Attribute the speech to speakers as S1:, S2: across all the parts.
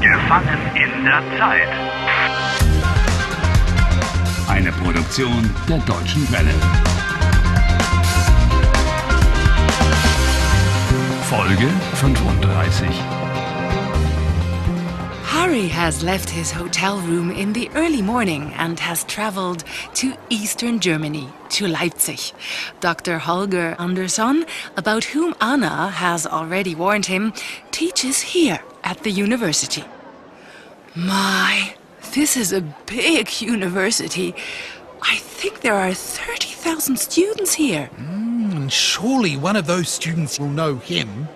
S1: Gefangen in der Zeit.
S2: Eine Produktion der Deutschen Welle. Folge 35.
S3: Harry has left his hotel room in the early morning and has traveled to eastern Germany, to Leipzig. Dr. Holger Andersson, about whom Anna has already warned him, teaches here at the university. My, this is a big university. I think there are 30,000 students here.
S4: Surely one of those students will know him.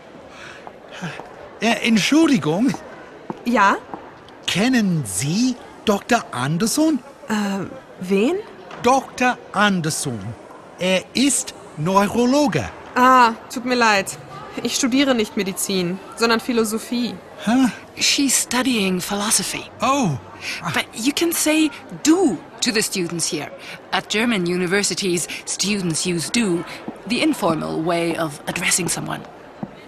S4: Äh, Entschuldigung,
S5: Ja?
S4: kennen Sie Dr. Anderson?
S5: Wen?
S4: Dr. Anderson. Er ist Neurologe.
S5: Ah, tut mir leid. Ich studiere nicht Medizin, sondern Philosophie.
S3: She's studying philosophy.
S4: Oh,
S3: But you can say du to the students here. At German universities, students use du, the informal way of addressing someone.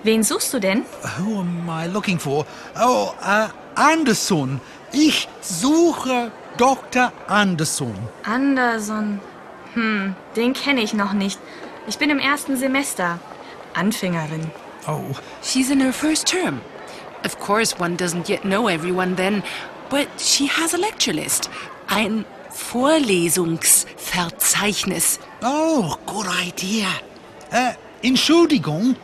S6: Wen suchst du denn?
S4: who am I looking for? Oh, äh, Anderson. Ich suche Dr. Anderson.
S6: Anderson. Hm, den kenne ich noch nicht. Ich bin im ersten Semester. Anfängerin.
S4: Oh,
S3: She's in her first term. Of course, one doesn't yet know everyone then, but she has a lecture list. Ein Vorlesungsverzeichnis.
S4: oh, good idea. Äh, Entschuldigung,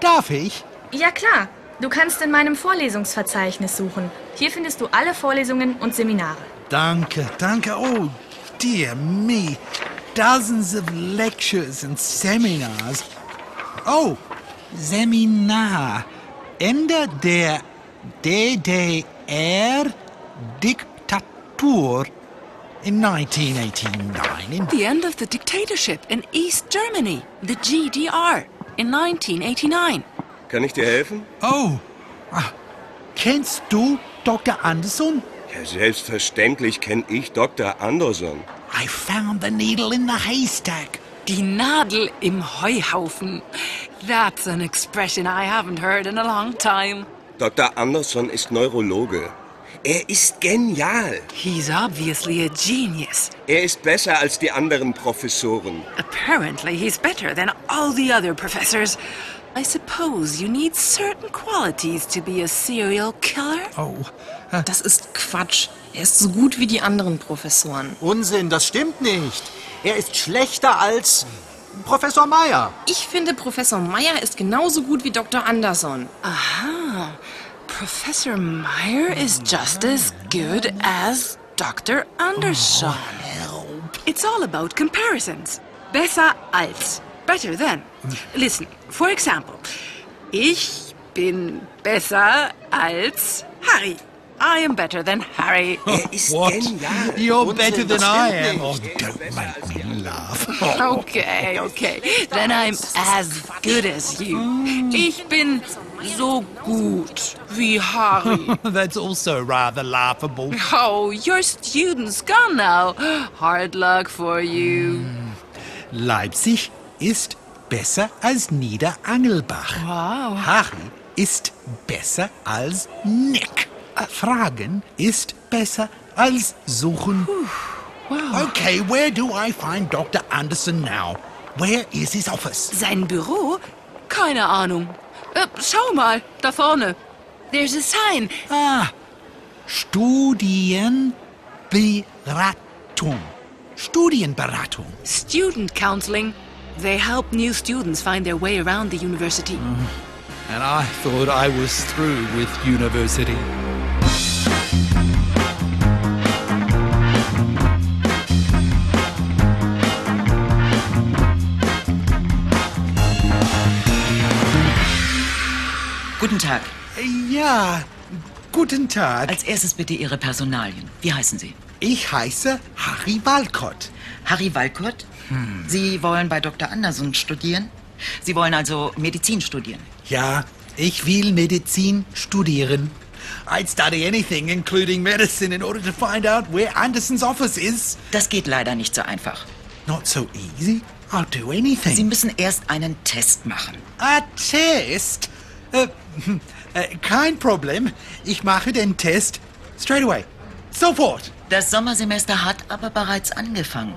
S4: darf ich?
S6: Ja klar, du kannst in meinem Vorlesungsverzeichnis suchen. Hier findest du alle Vorlesungen und Seminare.
S4: Danke, danke. Oh, dear me. Dozens of lectures and seminars. Oh, Seminar. Ende der DDR-Diktatur in 1989.
S3: The end of the dictatorship in East Germany, the GDR, in 1989.
S7: Kann ich dir helfen?
S4: Oh, ah, kennst du Dr. Anderson?
S7: Ja, selbstverständlich kenne ich Dr. Anderson.
S4: I found the needle in the haystack.
S3: Die Nadel im Heuhaufen. That's an expression I haven't heard in a long time.
S7: Dr. Anderson ist Neurologe. Er ist genial.
S3: He's obviously a genius.
S7: Er ist besser als die anderen Professoren.
S3: Apparently, he's better than all the other professors. I suppose you need certain qualities to be a serial killer?
S4: Oh,
S8: Das ist Quatsch. Er ist so gut wie die anderen Professoren.
S9: Unsinn, das stimmt nicht. Er ist schlechter als Professor Meyer.
S8: Ich finde, Professor Meyer ist genauso gut wie Dr. Anderson.
S3: Aha. Uh-huh. Professor Meyer is just as good as Dr. Anderson. It's all about comparisons. Besser als. Better than. Listen, for example, ich bin besser als Harry. I am better than Harry.
S7: Er ist
S4: what?
S7: genial.
S4: You're
S9: Unsinn,
S4: better than
S9: das
S4: I am.
S9: stimmt nicht.
S4: Oh,
S7: Er ist
S4: don't
S7: besser
S4: make
S7: als die
S4: me
S7: anderen.
S4: laugh. Oh,
S3: Okay, okay. Then I'm as good as you. Ich bin so gut wie Harry.
S4: That's also rather laughable.
S3: Oh, your student's gone now. Hard luck for you.
S4: Leipzig ist besser als Niederangelbach.
S3: Wow.
S4: Harry ist besser als Nick. Äh, Fragen ist besser als suchen. Okay, where do I find Dr. Anderson now? Where is his office?
S3: Sein Büro? Keine Ahnung. Äh, schau mal, da vorne. There's a sign.
S4: Ah, Studienberatung. Studienberatung.
S3: Student counseling. They help new students find their way around the university.
S4: And I thought I was through with university.
S10: Guten Tag.
S4: Ja, guten Tag.
S10: Als erstes bitte Ihre Personalien. Wie heißen Sie?
S4: Ich heiße Harry Walcott.
S10: Harry Walcott? Sie wollen bei Dr. Anderson studieren? Sie wollen also Medizin studieren?
S4: Ja, ich will Medizin studieren. I'd study anything, including medicine, in order to find out where Anderson's office is.
S10: Das geht leider nicht so einfach.
S4: Not so easy. I'll do
S10: Sie
S4: anything.
S10: müssen erst einen Test machen.
S4: A test? Äh, äh, kein Problem. Ich mache den Test Straight away. Sofort.
S10: Das Sommersemester hat aber bereits angefangen.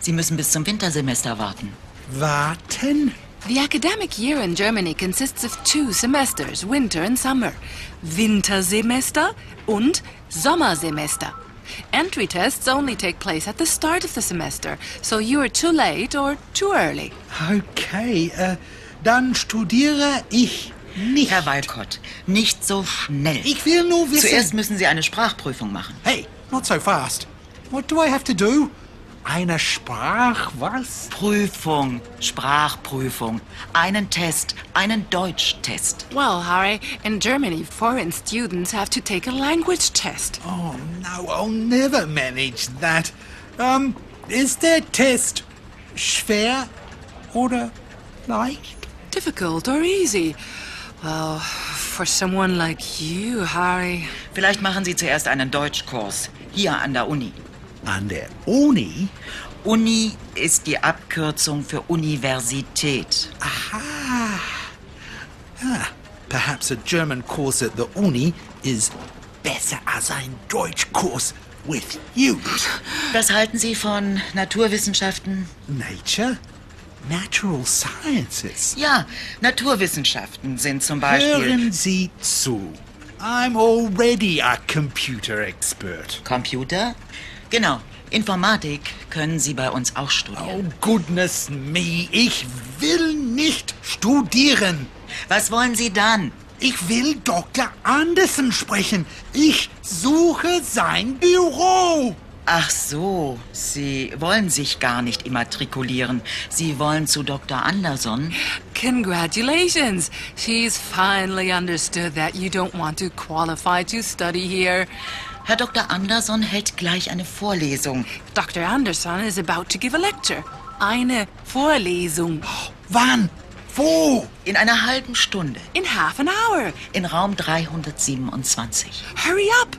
S10: Sie müssen bis zum Wintersemester warten.
S4: Warten.
S3: The academic year in Germany consists of two semesters, winter and summer. Wintersemester und Sommersemester. Entry tests only take place at the start of the semester, so you are too late or too early.
S4: Okay, äh, dann studiere ich nicht.
S10: Herr Walcott, nicht so schnell.
S4: ich will nur wissen.
S10: Zuerst müssen Sie eine Sprachprüfung machen.
S4: Hey, not so fast. What do I have to do? Eine Sprach was?
S10: Prüfung, Sprachprüfung, einen Test, einen Deutschtest.
S3: Well, Harry, in Germany, foreign students have to take a language test.
S4: Oh no, I'll never manage that. Um, is der Test schwer oder leicht?
S3: Difficult or easy? Well, for someone like you, Harry.
S10: Vielleicht machen Sie zuerst einen Deutschkurs hier an der Uni.
S4: An der Uni?
S10: Uni ist die Abkürzung für Universität.
S4: Ah, Perhaps a German course at the Uni is besser als ein Deutschkurs with you.
S10: Was halten Sie von Naturwissenschaften?
S4: Nature? Natural sciences.
S10: Ja, Naturwissenschaften sind zum Beispiel
S4: Hören Sie zu. I'm already a computer expert.
S10: Computer. Genau, Informatik können Sie bei uns auch studieren.
S4: Oh, goodness me, ich will nicht studieren.
S10: Was wollen Sie dann?
S4: Ich will Dr. Anderson sprechen. Ich suche sein Büro.
S10: Ach so, Sie wollen sich gar nicht immatrikulieren. Sie wollen zu Dr. Anderson.
S3: Congratulations! She's finally understood that you don't want to qualify to study here.
S10: Herr Dr. Anderson hält gleich eine Vorlesung.
S3: Dr. Anderson is about to give a lecture. Eine Vorlesung.
S4: Wann? Wo?
S10: In einer halben Stunde.
S3: In half an hour.
S10: In Raum 327.
S3: Hurry up!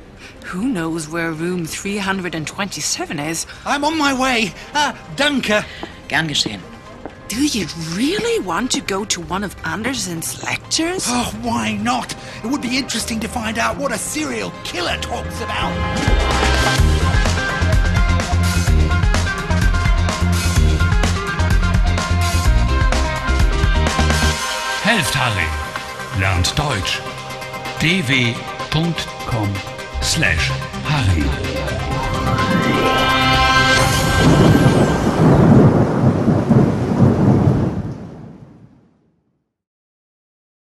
S3: Who knows where room 327 is?
S4: I'm on my way. Ah, danke.
S10: Gern geschehen.
S3: Do you really want to go to one of Anderson's lectures?
S4: Oh, why not? It would be interesting to find out what a serial killer talks about.
S2: Helft Harry. Lernt Deutsch. dw.com slash Harry.